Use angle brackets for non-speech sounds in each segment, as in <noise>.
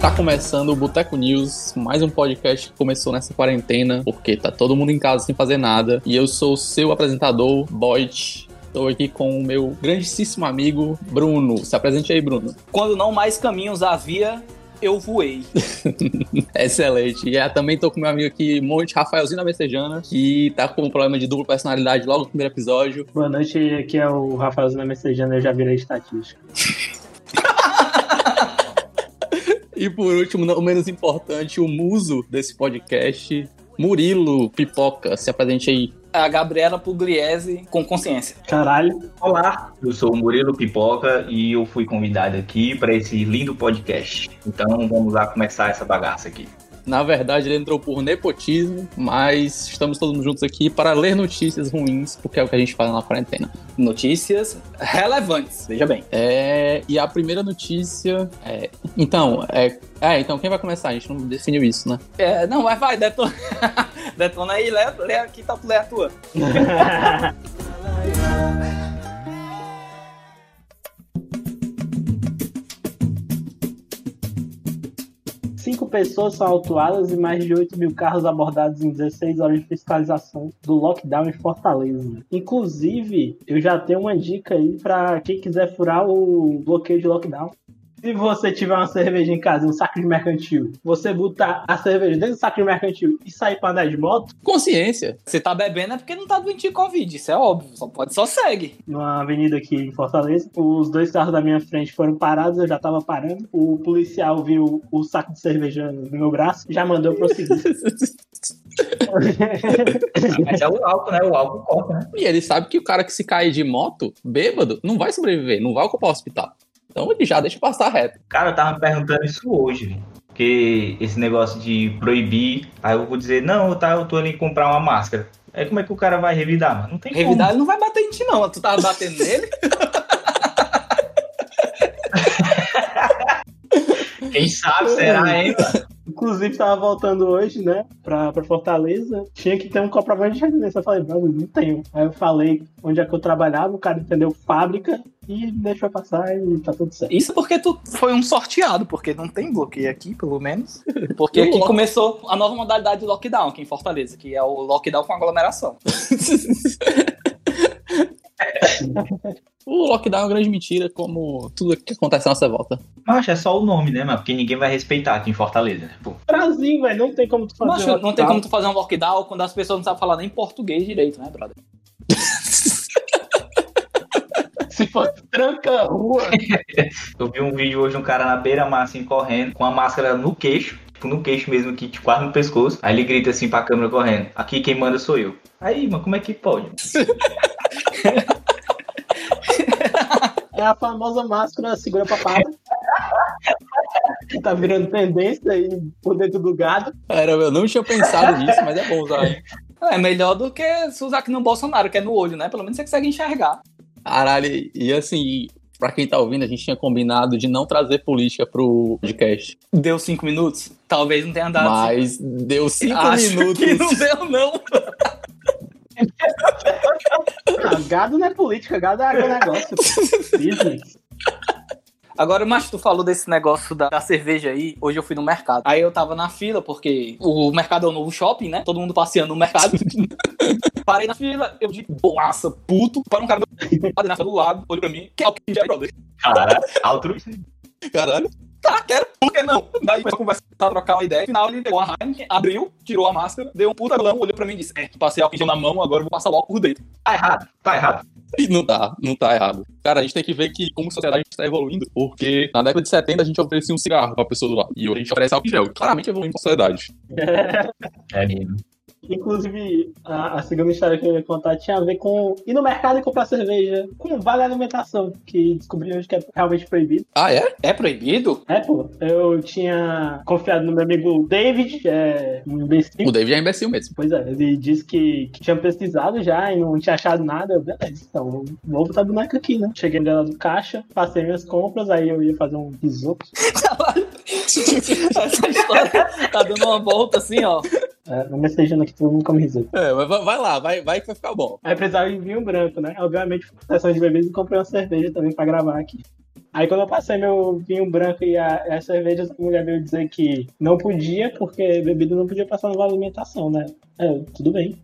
Tá começando o Boteco News, mais um podcast que começou nessa quarentena, porque tá todo mundo em casa sem fazer nada. E eu sou o seu apresentador, Boyd. Estou aqui com o meu grandíssimo amigo, Bruno. Se apresente aí, Bruno. Quando não mais caminhos havia, eu voei. Excelente. E eu também tô com meu amigo aqui, Monte Rafaelzinho da Messejana, que tá com um problema de dupla personalidade logo no primeiro episódio. Boa noite, aqui é o Rafaelzinho da Messejana, eu já virei estatística. E por último, não menos importante, o muso desse podcast, Murilo Pipoca. Se apresente aí. A Gabriela Pugliese com consciência. Caralho. Olá, eu sou o Murilo Pipoca e eu fui convidado aqui para esse lindo podcast. Então vamos lá começar essa bagaça aqui. Na verdade, ele entrou por nepotismo, mas estamos todos juntos aqui para ler notícias ruins, porque é o que a gente faz na quarentena. Notícias relevantes, veja bem. É, e a primeira notícia é. Então, é. É, então quem vai começar? A gente não definiu isso, né? É, não, mas vai, detona, <laughs> detona aí, lê, lê aqui, tá, lê a tua. Cinco pessoas são autuadas e mais de 8 mil carros abordados em 16 horas de fiscalização do lockdown em Fortaleza. Inclusive, eu já tenho uma dica aí pra quem quiser furar o bloqueio de lockdown. Se você tiver uma cerveja em casa, um saco de mercantil, você botar a cerveja dentro do saco de mercantil e sair pra andar de moto, Consciência. Você tá bebendo é porque não tá doente de Covid, isso é óbvio. Só pode, só segue. numa avenida aqui em Fortaleza. Os dois carros da minha frente foram parados, eu já tava parando. O policial viu o saco de cerveja no meu braço, já mandou <laughs> prosseguir. Mas é o álcool, né? O álcool corta, né? E ele sabe que o cara que se cair de moto, bêbado, não vai sobreviver, não vai ocupar o hospital. Então ele já deixa passar reto. Cara, eu tava me perguntando isso hoje, velho. Porque esse negócio de proibir, aí eu vou dizer, não, tá, eu tô ali comprar uma máscara. Aí como é que o cara vai revidar, mano? Não tem Revidar ele não vai bater em ti, não. Tu tava batendo nele? como. Quem sabe, será, hein? mano? Inclusive, tava voltando hoje, né, pra, pra Fortaleza. Tinha que ter um comprovante de residência. Eu falei, mano, não tenho. Aí eu falei onde é que eu trabalhava, o cara entendeu fábrica e deixou passar e tá tudo certo. <laughs> Isso porque tu foi um sorteado, porque não tem bloqueio aqui, pelo menos. Porque <laughs> Eu aqui lock- começou a nova modalidade de lockdown aqui em Fortaleza, que é o lockdown com aglomeração. o lockdown é uma grande mentira, como tudo que acontece à nossa volta. Macho, é só o nome, né, mano? Porque ninguém vai respeitar aqui em Fortaleza, né? Pô, Brasil, velho, não tem como tu fazer. Macho, uma- não tem como tu fazer um lockdown quando as pessoas não sabem falar nem português direito, né, brother? <laughs> Se fosse tranca-rua. eu vi um vídeo hoje de um cara na beira-mar, assim, correndo, com a máscara no queixo, tipo, no queixo mesmo, aqui, tipo, quase no pescoço. Aí ele grita assim pra câmera correndo: aqui quem manda sou eu. Aí, mano, como é que pode? É a famosa máscara segura papada. Que tá virando tendência aí por dentro do gado. Era, eu não tinha pensado nisso, mas é bom usar. hein? É melhor do que se usar aqui no Bolsonaro, que é no olho, né? Pelo menos você consegue enxergar. Caralho, e assim, pra quem tá ouvindo, a gente tinha combinado de não trazer política pro podcast. Deu cinco minutos? Talvez não tenha dado. mas deu Tá, cinco Acho minutos. <laughs> que <laughs> não deu, não. Ah, gado não é política, gado é agronegócio. Business. Agora, mas tu falou desse negócio da, da cerveja aí. Hoje eu fui no mercado. Aí eu tava na fila, porque o mercado é o novo shopping, né? Todo mundo passeando no mercado. <laughs> Parei na fila, eu de boaça, puto. Para um cara do <laughs> na fila do lado, olhou pra mim. Que é o que já é, brother? Cara, altruísta. Caralho. Tá, quero, por que não? Daí começou a conversar, tá, trocar uma ideia. No final, ele pegou a Heineken, abriu, tirou a máscara, deu um puta glão, olhou pra mim e disse: É, passei álcool em gel na mão, agora eu vou passar logo por dentro. Tá errado, tá errado. E não tá, não tá errado. Cara, a gente tem que ver que como sociedade a gente tá evoluindo, porque na década de 70 a gente oferecia um cigarro pra pessoa do lado. E hoje a gente oferece álcool em gel. Claramente evoluindo a sociedade. É mesmo. Inclusive, a, a segunda história que eu ia contar tinha a ver com ir no mercado e comprar cerveja com vale alimentação, que descobri hoje que é realmente proibido. Ah, é? É proibido? É, pô, eu tinha confiado no meu amigo David, que é um imbecil. O David é imbecil mesmo. Pois é, ele disse que, que tinha pesquisado já e não tinha achado nada. Eu, beleza, então vou- vou botar boneca aqui, né? Cheguei na do caixa, passei minhas compras, aí eu ia fazer um risoto. <laughs> Essa história tá dando uma volta assim, ó. É, não me sejando aqui, todo mundo come risoto. É, mas vai vai lá, vai, vai que vai ficar bom. Aí precisava de vinho branco, né? Obviamente, sessão de bebês e comprei uma cerveja também pra gravar aqui. Aí quando eu passei meu vinho branco e a, e as cervejas, a mulher veio dizer que não podia, porque bebida não podia passar na alimentação, né? Aí eu, tudo bem,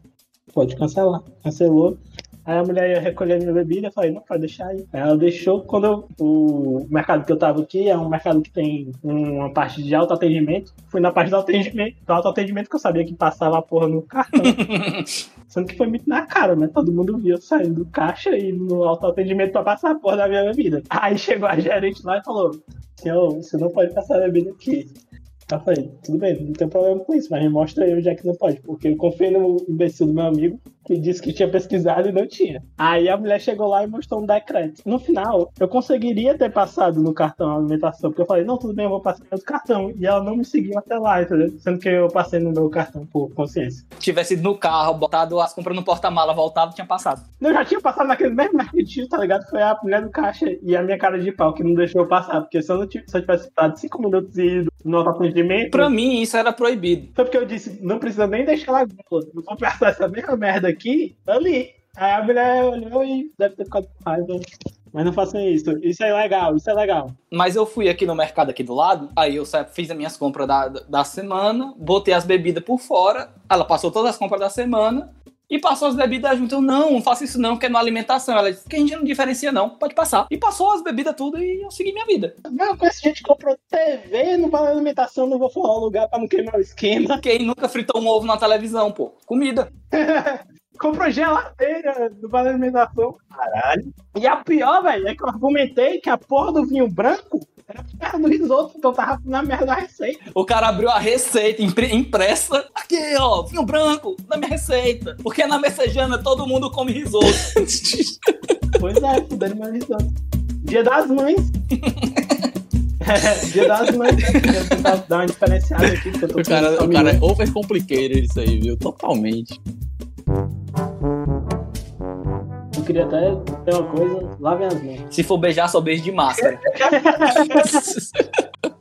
pode cancelar. Cancelou. Aí a mulher ia recolher minha bebida, eu falei, não, pode deixar aí. Aí ela deixou, quando eu, o mercado que eu tava aqui é um mercado que tem uma parte de autoatendimento, fui na parte do atendimento, do autoatendimento que eu sabia que passava a porra no cartão. Sendo que foi muito na cara, né? Todo mundo viu eu saindo do caixa e no autoatendimento pra passar a porra da minha bebida. Aí chegou a gerente lá e falou, senhor, você não pode passar a bebida aqui. Eu falei, tudo bem, não tem problema com isso, mas me mostra aí onde é que não pode, porque eu confiei no imbecil do meu amigo que disse que tinha pesquisado e não tinha. Aí a mulher chegou lá e mostrou um decreto. No final, eu conseguiria ter passado no cartão a alimentação, porque eu falei, não, tudo bem, eu vou passar no cartão. E ela não me seguiu até lá, entendeu? Sendo que eu passei no meu cartão por consciência. Tivesse ido no carro, botado as compras no porta-mala, voltado, tinha passado. Eu já tinha passado naquele mesmo marketing, tá ligado? Foi a mulher do caixa e a minha cara de pau que não deixou eu passar, porque se eu, não tivesse, se eu tivesse ficado cinco minutos e ido no outro atendimento, Pra mim, isso era proibido. Foi porque eu disse, não precisa nem deixar ela gula. Eu vou passar essa mesma merda aqui ali. Aí a mulher olhou e deve ter ficado com raiva. Mas não façam isso. Isso é legal, isso é legal. Mas eu fui aqui no mercado aqui do lado, aí eu sa- fiz as minhas compras da, da semana, botei as bebidas por fora, ela passou todas as compras da semana e passou as bebidas junto. Eu, não, não faça isso não, que é na alimentação. Ela disse que a gente não diferencia não, pode passar. E passou as bebidas tudo e eu segui minha vida. Não, com essa gente que comprou TV, não vale alimentação, não vou forrar o lugar pra não queimar o esquema. Quem nunca fritou um ovo na televisão, pô? Comida. Comprou geladeira, não vale alimentação. Caralho. E a pior, velho, é que eu argumentei que a porra do vinho branco era perto do risoto, então tava na merda da receita. O cara abriu a receita impre- impressa. Aqui, ó, vinho branco, na minha receita. Porque na messejana todo mundo come risoto. Pois é, fudendo meu risoto. Dia das mães. <laughs> Dia das mães, né? Eu vou tentar dar uma diferenciada aqui, porque eu tô O com cara, o fome, cara né? é over complicated isso aí, viu? Totalmente. Eu queria até ter uma coisa, lavem as mãos. Se for beijar, só beijo de máscara.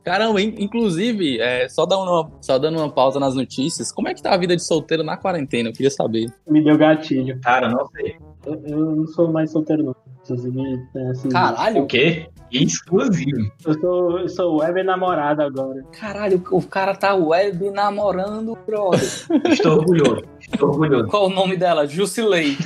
Caramba, in- inclusive, é, só, dando uma, só dando uma pausa nas notícias, como é que tá a vida de solteiro na quarentena? Eu queria saber. Me deu gatilho. Cara, não sei. Eu, eu não sou mais solteiro, não. Inclusive, é, assim, Caralho, O quê? Exclusivo. eu sou, eu sou web namorado agora. caralho, o cara tá web namorando, brother. Estou orgulhoso. Estou orgulhoso. Qual o nome dela? Jusilei.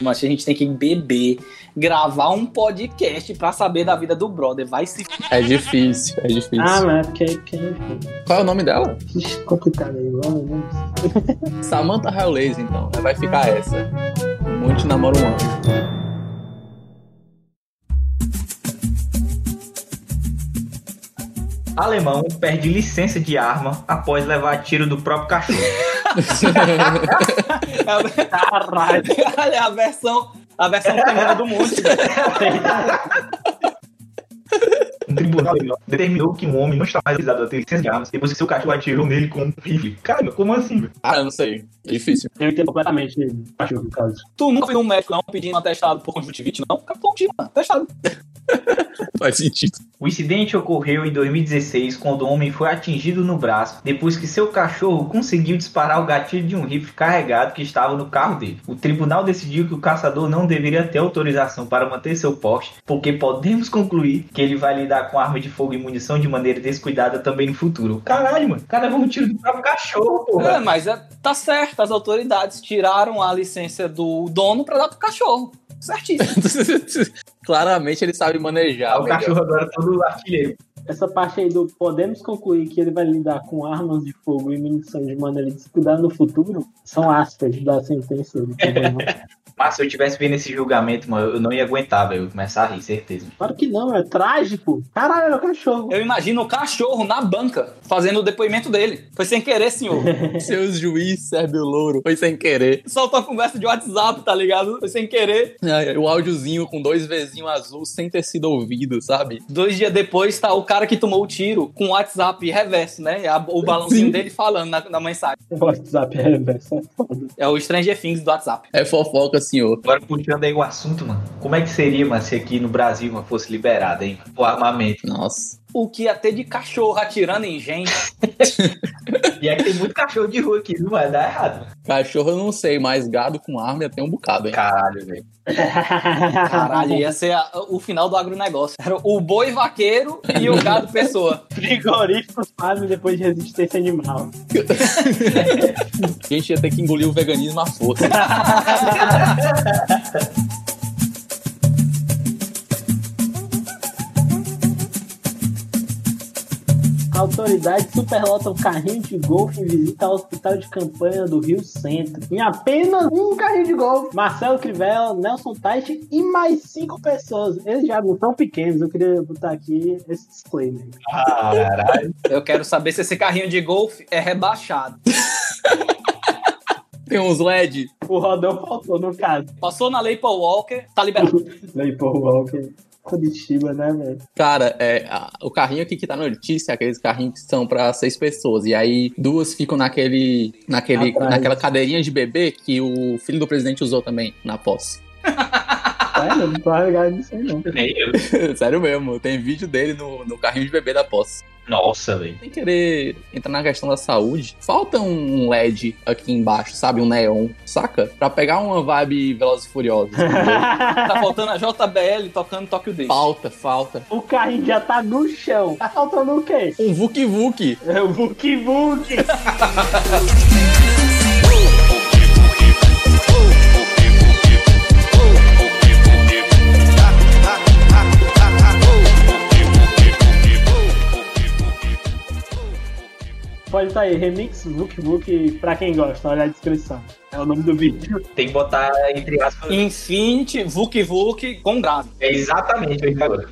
Mas a gente tem que beber, gravar um podcast pra saber da vida do brother. Vai se. f- É difícil, é difícil. Ah, mas é porque, porque Qual é o nome dela? que complicado aí, vamos, vamos. Samantha Howlays, então. né? Vai ficar essa. Muito namoro um ano. Alemão perde licença de arma após levar tiro do próprio cachorro. <laughs> É a- Caralho, Caralho, é a versão. A versão feminina do monte. Um tribunal alemão determinou que um homem não está mais autorizado a ter licença de armas depois que seu cachorro atirou nele com um rifle. Caramba, como assim? velho? Ah, eu não sei. É difícil. <laughs> eu entendo completamente o cachorro, no caso. Tu nunca foi num médico, não, pedindo um atestado por conjuntivite, não? Cara, toma um tiro, mano. Atestado. Faz sentido. <laughs> O incidente ocorreu em 2016 quando o homem foi atingido no braço depois que seu cachorro conseguiu disparar o gatilho de um rifle carregado que estava no carro dele. O tribunal decidiu que o caçador não deveria ter autorização para manter seu poste, porque podemos concluir que ele vai lidar com arma de fogo e munição de maneira descuidada também no futuro. Caralho, mano, o cara levou um tiro do próprio cachorro, porra. É, mas é- tá certo, as autoridades tiraram a licença do dono pra dar pro cachorro. Certíssimo. Claramente ele sabe manejar. Ah, É o melhor. cachorro agora todo artilheiro. Essa parte aí do podemos concluir que ele vai lidar com armas de fogo e munição de maneira descuidada no futuro são aspas da sentença. do <laughs> tribunal. Mas se eu tivesse vendo esse julgamento, mano, eu não ia aguentar, velho. Eu ia começar a rir, certeza. claro que não, é trágico. Caralho, era o cachorro. Eu imagino o cachorro na banca fazendo o depoimento dele. Foi sem <laughs> querer, senhor. Seu juiz, Sérgio Louro, foi sem querer. Soltou a conversa de WhatsApp, tá ligado? Foi sem querer. Ai, É, O áudiozinho com dois Vzinho azul sem ter sido ouvido, sabe? Dois dias depois tá o cara que tomou o tiro com o WhatsApp reverso, né? A- o balãozinho Sim. dele falando na, na mensagem. O WhatsApp é reverso, é <laughs> foda. É o Stranger Things do WhatsApp. É fofoca, senhor. Agora puxando aí o assunto, mano. Como é que seria, mano, se aqui no Brasil mano, fosse liberado, hein? O armamento. Nossa. o que ia ter de cachorro atirando <laughs> em gente. E aqui tem muito cachorro de rua aqui, não vai dar errado. Cachorro eu não sei, mas gado com arma ia ter um bocado, hein? Caralho, velho. Caralho, ia ser a- o final do agronegócio. Era o boi vaqueiro e o <laughs> gado pessoa. Frigoríficos fazem depois de resistência animal. A gente ia ter que engolir o veganismo à força. <laughs> Autoridades superlotam carrinho de golfe em visita ao hospital de campanha do Rio Centro. Em apenas um carrinho de golfe. Marcelo Crivella, Nelson Tait e mais cinco pessoas. Eles já não são pequenos, eu queria botar aqui esse disclaimer. Caralho. Eu quero saber se esse carrinho de golfe é rebaixado. Tem uns LED. O Rodão faltou, no caso. Passou na lei Paul Walker, tá liberado. Daí, pô, o Walker. Curitiba, né, velho? Cara, é, a- o carrinho aqui que tá na notícia é aqueles carrinhos que são pra seis pessoas. E aí duas ficam naquele, naquele, Atrás. naquela cadeirinha de bebê que o filho do presidente usou também na posse. <laughs> Sério, não tô ligado nisso aí, não. Nem né? eu. Sério mesmo, tem vídeo dele no, no carrinho de bebê da posse. Nossa, velho. Sem querer entrar na questão da saúde, falta um LED aqui embaixo, sabe? Um neon, saca? Pra pegar uma vibe Velozes e Furiosos. Tá faltando a JBL tocando Tóquio Day. falta, falta. <laughs> o carrinho já tá no chão. Tá faltando o quê? Um Vuk Vuk. É o Vuki Vuki. Pode tá aí, remix Vuk Vuk, pra quem gosta, olha a descrição. É o nome do vídeo. Tem que botar entre aspas. Infinity, Vuk Vuk com grave. É exatamente o agora.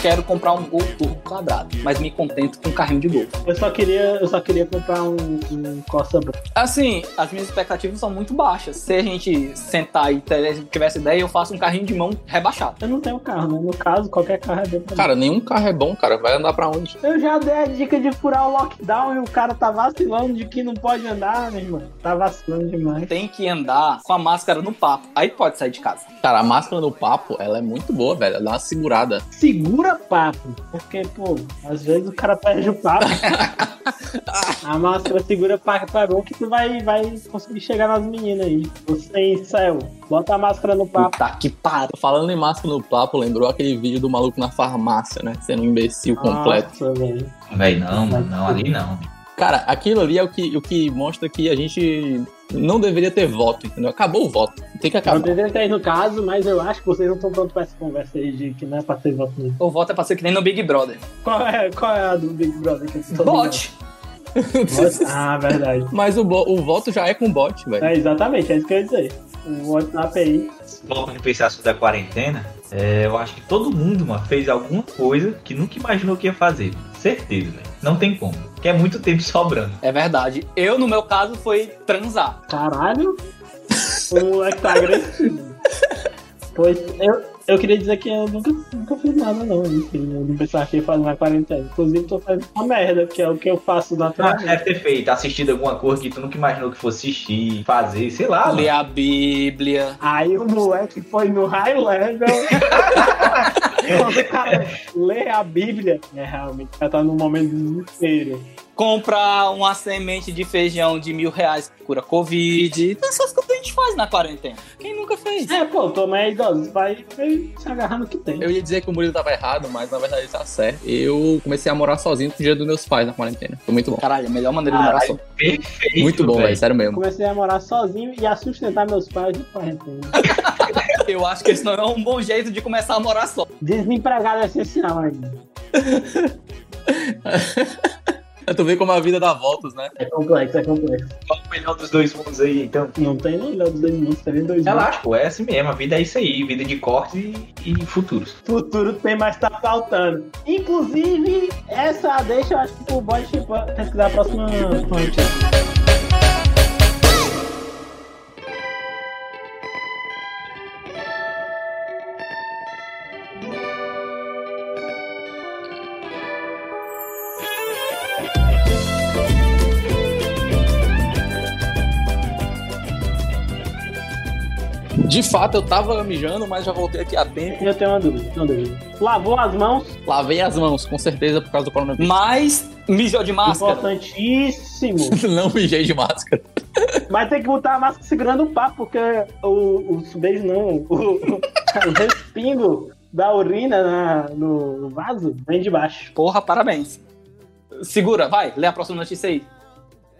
Quero comprar um Gol Turbo quadrado, mas me contento com um carrinho de golfe. Eu só queria, eu só queria comprar um, um Costa Branca. Assim, as minhas expectativas são muito baixas. Se a gente sentar e ter- tivesse ideia, eu faço um carrinho de mão rebaixado. Eu não tenho carro, né? No caso, qualquer carro é bem pra mim. Cara, nenhum carro é bom, cara. Vai andar pra onde? Eu já dei a dica de furar o lockdown e o cara tá vacilando de que não pode andar, meu irmão. Tá vacilando demais. Tem que andar com a máscara no papo. Aí pode sair de casa. Cara, a máscara do papo, ela é muito boa, velho. Ela dá uma segurada. Segura papo, porque, pô, às vezes o cara perde <laughs> o papo. a máscara segura papo pra bom que tu vai, vai conseguir chegar nas meninas aí. Você em céu, bota a máscara no papo. Puta que pariu. Falando em máscara no papo, lembrou aquele vídeo do maluco na farmácia, né? Sendo um imbecil completo. Nossa, velho. Véi, não, mano, não, ali não. Cara, aquilo ali é o que, o que mostra que a gente não deveria ter voto, entendeu? Acabou o voto. Tem que Eu acabar. tentei no caso, mas eu acho que vocês não estão prontos pra essa conversa aí de que não é pra ser voto nisso. O voto é pra ser que nem no Big Brother. Qual é, qual é a do Big Brother que vocês tão Bote! <laughs> ligando? Ah, verdade. Mas o, bo- o voto já é com bot, velho. É, exatamente, é isso que eu ia dizer. O WhatsApp aí. Voltando pra esse assunto da quarentena, é, eu acho que todo mundo, mano, fez alguma coisa que nunca imaginou que ia fazer. Certeza, velho. Não tem como. Que é muito tempo <laughs> sobrando. É verdade. Eu, no meu caso, foi transar. Caralho! O moleque tá agressivo. Pois eu, eu queria dizer que eu nunca, nunca fiz nada, não. Enfim, né? eu não pensava que ia fazer na quarentena. Inclusive, tô fazendo uma merda, que é o que eu faço Ah, naturalmente. deve ter feito, assistido alguma coisa que tu nunca imaginou que fosse assistir, fazer, sei lá. Ler mano. a Bíblia. Aí o moleque foi no high level. Quando o cara lê a Bíblia, é realmente, o cara tá num momento de desespero. Comprar uma semente de feijão de mil reais que cura Covid. Então, Essas coisas que a gente faz na quarentena. Quem nunca fez? É, pô, toma aí, idoso, vai, vai se agarrar no que tem. Eu ia dizer que o Murilo tava errado, mas na verdade ele tá certo. Eu comecei a morar sozinho com o dia dos meus pais na quarentena. Foi muito bom. Caralho, é a melhor maneira de morar só. Perfeito, Muito bom, velho. Sério mesmo. Comecei a morar sozinho e a sustentar meus pais de quarentena. Eu acho que esse não é um bom jeito de começar a morar só. né? Desempregado é essencial ainda. Tu vê como a vida dá voltas, né? É complexo, é complexo. Qual o melhor dos dois mundos aí, então? Não tem melhor dos dois mundos, tem tá dois mundos. Relaxa, pô, é assim mesmo. A vida é isso aí. Vida de cortes e, e futuros. Futuro tem, mas tá faltando. Inclusive, essa deixa eu acho que pro boy chipando. Tem que dar a próxima punch. De fato, eu tava mijando, mas já voltei aqui a tempo. Eu tenho uma dúvida, tenho uma dúvida. Lavou as mãos? Lavei as mãos, com certeza, por causa do coronavírus. <laughs> Mas mijou de máscara. Importantíssimo. Não mijei de máscara. Mas tem que botar a máscara segurando o papo, porque o, o beijo não, o, o respingo da urina na- no vaso vem de baixo. Porra, parabéns. Segura, vai, lê a próxima notícia aí.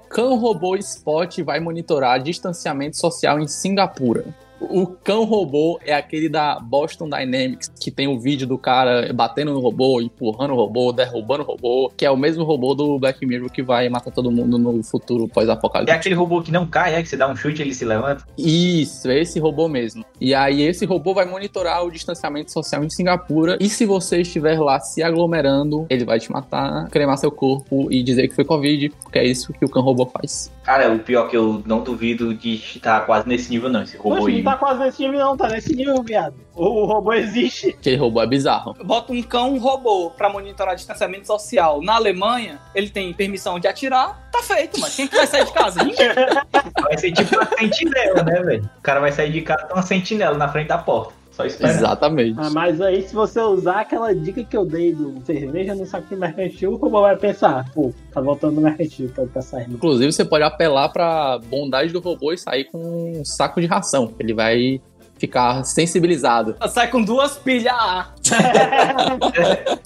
Cão robô Spot vai monitorar distanciamento social em Singapura. O cão robô é aquele da Boston Dynamics, que tem o vídeo do cara batendo no robô, empurrando o robô, derrubando o robô, que é o mesmo robô do Black Mirror que vai matar todo mundo no futuro É pós-apocalipse. aquele robô que não cai, é que você dá um chute e ele se levanta. Isso, é esse robô mesmo. E aí esse robô vai monitorar o distanciamento social em Singapura e se você estiver lá se aglomerando, ele vai te matar, cremar seu corpo e dizer que foi Covid, porque é isso que o cão robô faz. Cara, o pior é que eu não duvido de estar quase nesse nível, não. Esse robô Poxa, aí. não tá quase nesse nível, não, tá nesse nível, viado. O <laughs> robô existe. Aquele robô é bizarro. Bota um cão robô pra monitorar distanciamento social na Alemanha, ele tem permissão de atirar, tá feito, mano. Quem que vai sair de casa? Ninguém. Vai ser tipo uma sentinela, né, velho? O cara vai sair de casa com uma sentinela na frente da porta. Só espera. Exatamente. Ah, mas aí, se você usar aquela dica que eu dei do cerveja no saquinho mercantil, o robô vai pensar, pô, tá voltando no mercantil, tá, <laughs> tá saindo. Inclusive, você pode apelar pra bondade do robô e sair com um saco de ração. Ele vai ficar sensibilizado. Sai com duas pilhas A.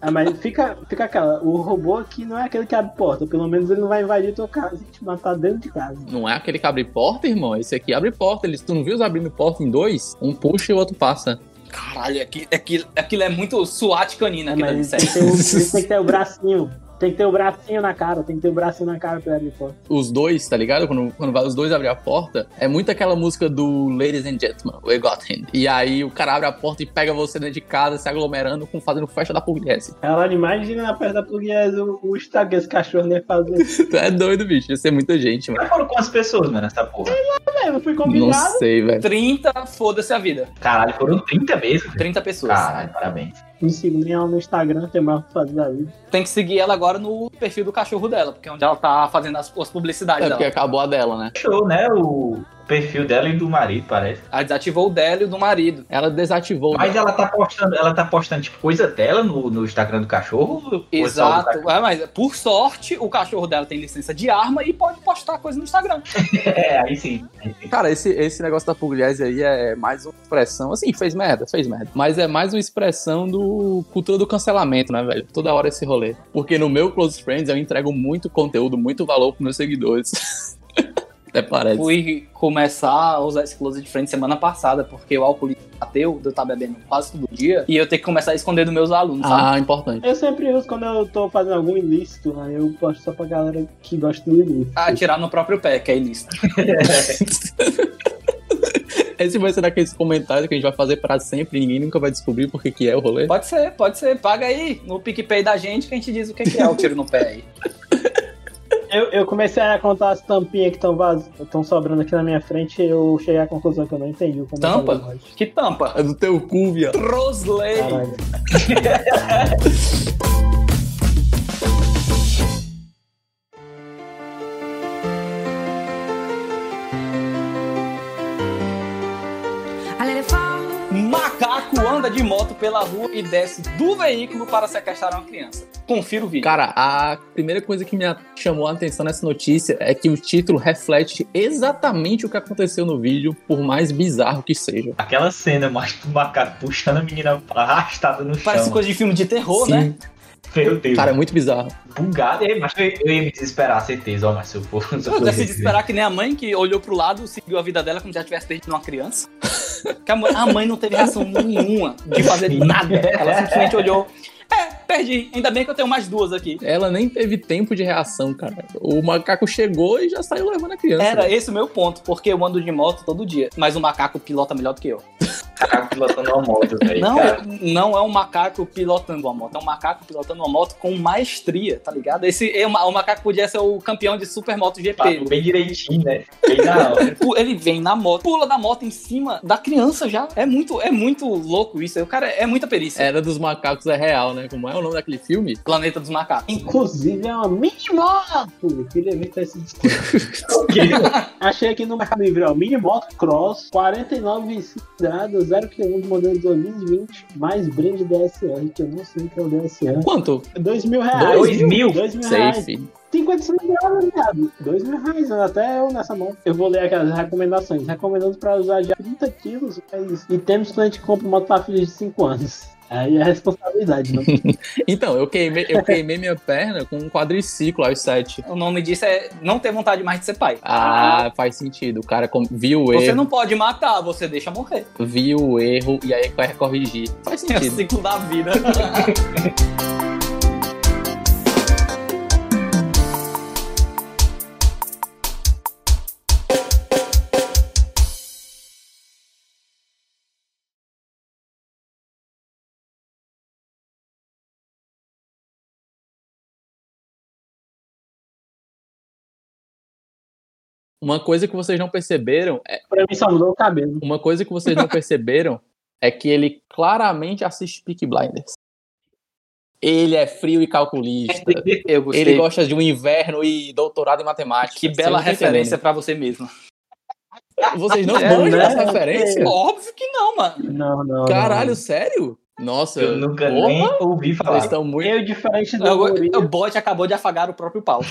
Ah, mas fica, fica aquela, o robô aqui não é aquele que abre porta, pelo menos ele não vai invadir tua casa e te matar dentro de casa. Não é aquele que abre porta, irmão. Esse aqui abre porta. Eles, tu não viu os abrindo porta em dois? Um puxa e o outro passa. Caralho, aqui- aquilo, aquilo é muito SWAT canina É, aqui dentro mas tem que, ter o, ele tem que ter o bracinho. Tem que ter o bracinho na cara, tem que ter o bracinho na cara pra ele abrir porta. Os dois, tá ligado? Quando, quando vai os dois abrir a porta, é muito aquela música do Ladies and Gentlemen, We Got Him. E aí o cara abre a porta e pega você dentro de casa, se aglomerando, com, fazendo festa da Assim, burguese. Ela imagina né, na perna da Pugliese o, o estrago que esse cachorro nem <laughs> fazer. Tu é doido, bicho. Ia ser muita gente, mano. Já foram quantas pessoas, mano, nessa porra? É, não fui Não combinado. sei, velho. 30, foda-se a vida. Caralho, foram 30 mesmo. velho. 30 pessoas. Caralho, parabéns. Me sigo nem ela no Instagram, tem mais pra fazer da vida. Tem que seguir ela agora no perfil do cachorro dela, porque é onde ela tá fazendo as, as publicidades É dela. porque acabou a dela, né? Show, né? O perfil dela e do marido, parece. Ela desativou o dela e o do marido. Ela desativou. né? Mas ela tá postando, ela tá postando tipo coisa dela no, no Instagram do cachorro? ou é só do Exato. cachorro? É, mas por sorte, o cachorro dela tem licença de arma e pode postar coisa no Instagram. É, aí sim. Aí sim. Cara, esse, esse negócio da Pugliese aí é mais uma expressão. Assim, fez merda, fez merda. Mas é mais uma expressão do cultura do cancelamento, né, velho? Toda hora esse rolê. Porque no meu Close Friends eu entrego muito conteúdo, muito valor pros meus seguidores. <laughs> Até É parece. Fui começar a usar esse close de frente semana passada, porque o álcool bateu, eu tava bebendo quase todo dia, e eu tenho que começar a esconder dos meus alunos, sabe? Ah, importante. Eu sempre uso quando eu tô fazendo algum ilícito, aí eu posto só pra galera que gosta do ilícito. Ah. Atirar no próprio pé, que é ilícito. Esse vai ser daqueles comentários que a gente vai fazer pra sempre e ninguém nunca vai descobrir porque que é o rolê. Pode ser, pode ser. Paga aí no PicPay da gente que a gente diz o que que é o tiro no pé aí. Eu, eu comecei a contar as tampinhas que estão vaz... tão sobrando aqui na minha frente e eu cheguei à conclusão que eu não entendi o comentário Tampa? do Roger. Que tampa. É do teu cu, viado. Rosley. Caralho. I let it fall. Macaco anda de moto pela rua e desce do veículo para sequestrar uma criança. Confira o vídeo. Cara, a primeira coisa que me a- chamou a atenção nessa notícia é que o título reflete exatamente o que aconteceu no vídeo, por mais bizarro que seja. Aquela cena mais do macaco puxando a menina arrastada no Parece chão. coisa de filme de terror, Sim. né? Meu Deus. Cara, é muito bizarro. bugado. É, mas eu, eu ia me desesperar, certeza. Ó, mas se eu for. se Eu for- decidi <laughs> esperar que nem a mãe que olhou pro lado, seguiu a vida dela como se já tivesse perdido uma criança. <laughs> <laughs> Que a, mãe, a mãe não teve reação nenhuma de fazer nada. Ela simplesmente olhou. É, perdi. Ainda bem que eu tenho mais duas aqui. Ela nem teve tempo de reação, cara. O macaco chegou e já saiu levando a criança. né? Era esse o meu ponto, porque eu ando de moto todo dia. Mas o macaco pilota melhor do que eu. Macaco pilotando uma moto, velho. Não, cara. não é um macaco pilotando uma moto, é um macaco pilotando uma moto com maestria, tá ligado? Esse, é uma- o macaco podia ser o campeão de Super Moto GP. Papo bem direitinho, né? Bem na hora. Pu- Ele vem na moto, pula da moto em cima da criança já. É muito, é muito louco isso. O cara é muita perícia. Era dos macacos é real, né? Como é o nome daquele filme? Planeta dos Macacos. Inclusive, é uma mini-moto. Eu Queria ver que esse Achei aqui no Mercado Livre, ó. Mini-moto Cross, 49 cilindradas, 0km, modelo 2020, mais brinde DSR, que eu não sei o que é o DSR. Quanto? Dois mil reais. Dois mil? Dois mil reais. Safe. 50 cilindradas, né, viado. Dois mil reais, né? até eu nessa mão. Eu vou ler aquelas recomendações. Recomendamos para usar de 30 quilos, é isso. E temos plano de compra moto para filhos de 5 anos. Aí é responsabilidade, né? Então, eu queimei, eu queimei minha perna com um quadriciclo aos sete. O nome disso é não ter vontade mais de ser pai. Ah, faz sentido. O cara com- viu o Você erro, não pode matar, você deixa morrer. viu o erro e aí vai corrigir. Faz É o sentido. ciclo da vida. Uma coisa que vocês não perceberam é Pra mim só mudou o cabelo. uma coisa que vocês <laughs> não perceberam é que ele claramente assiste Peak Blinders. Ele é frio e calculista. <laughs> Eu gostei. Ele gosta de um inverno e doutorado em matemática. Que Vocês bela não tão referência pra você mesmo. entendendo. Vocês não É, manjam né? dessa referência? Óbvio que não, mano. Não, não. Caralho, sério? Nossa. Eu nunca porra, nem ouvi Vocês falar. estão não. muito. Eu, diferente do <laughs> O, Murilo. <laughs> o bot acabou de afagar o próprio pau.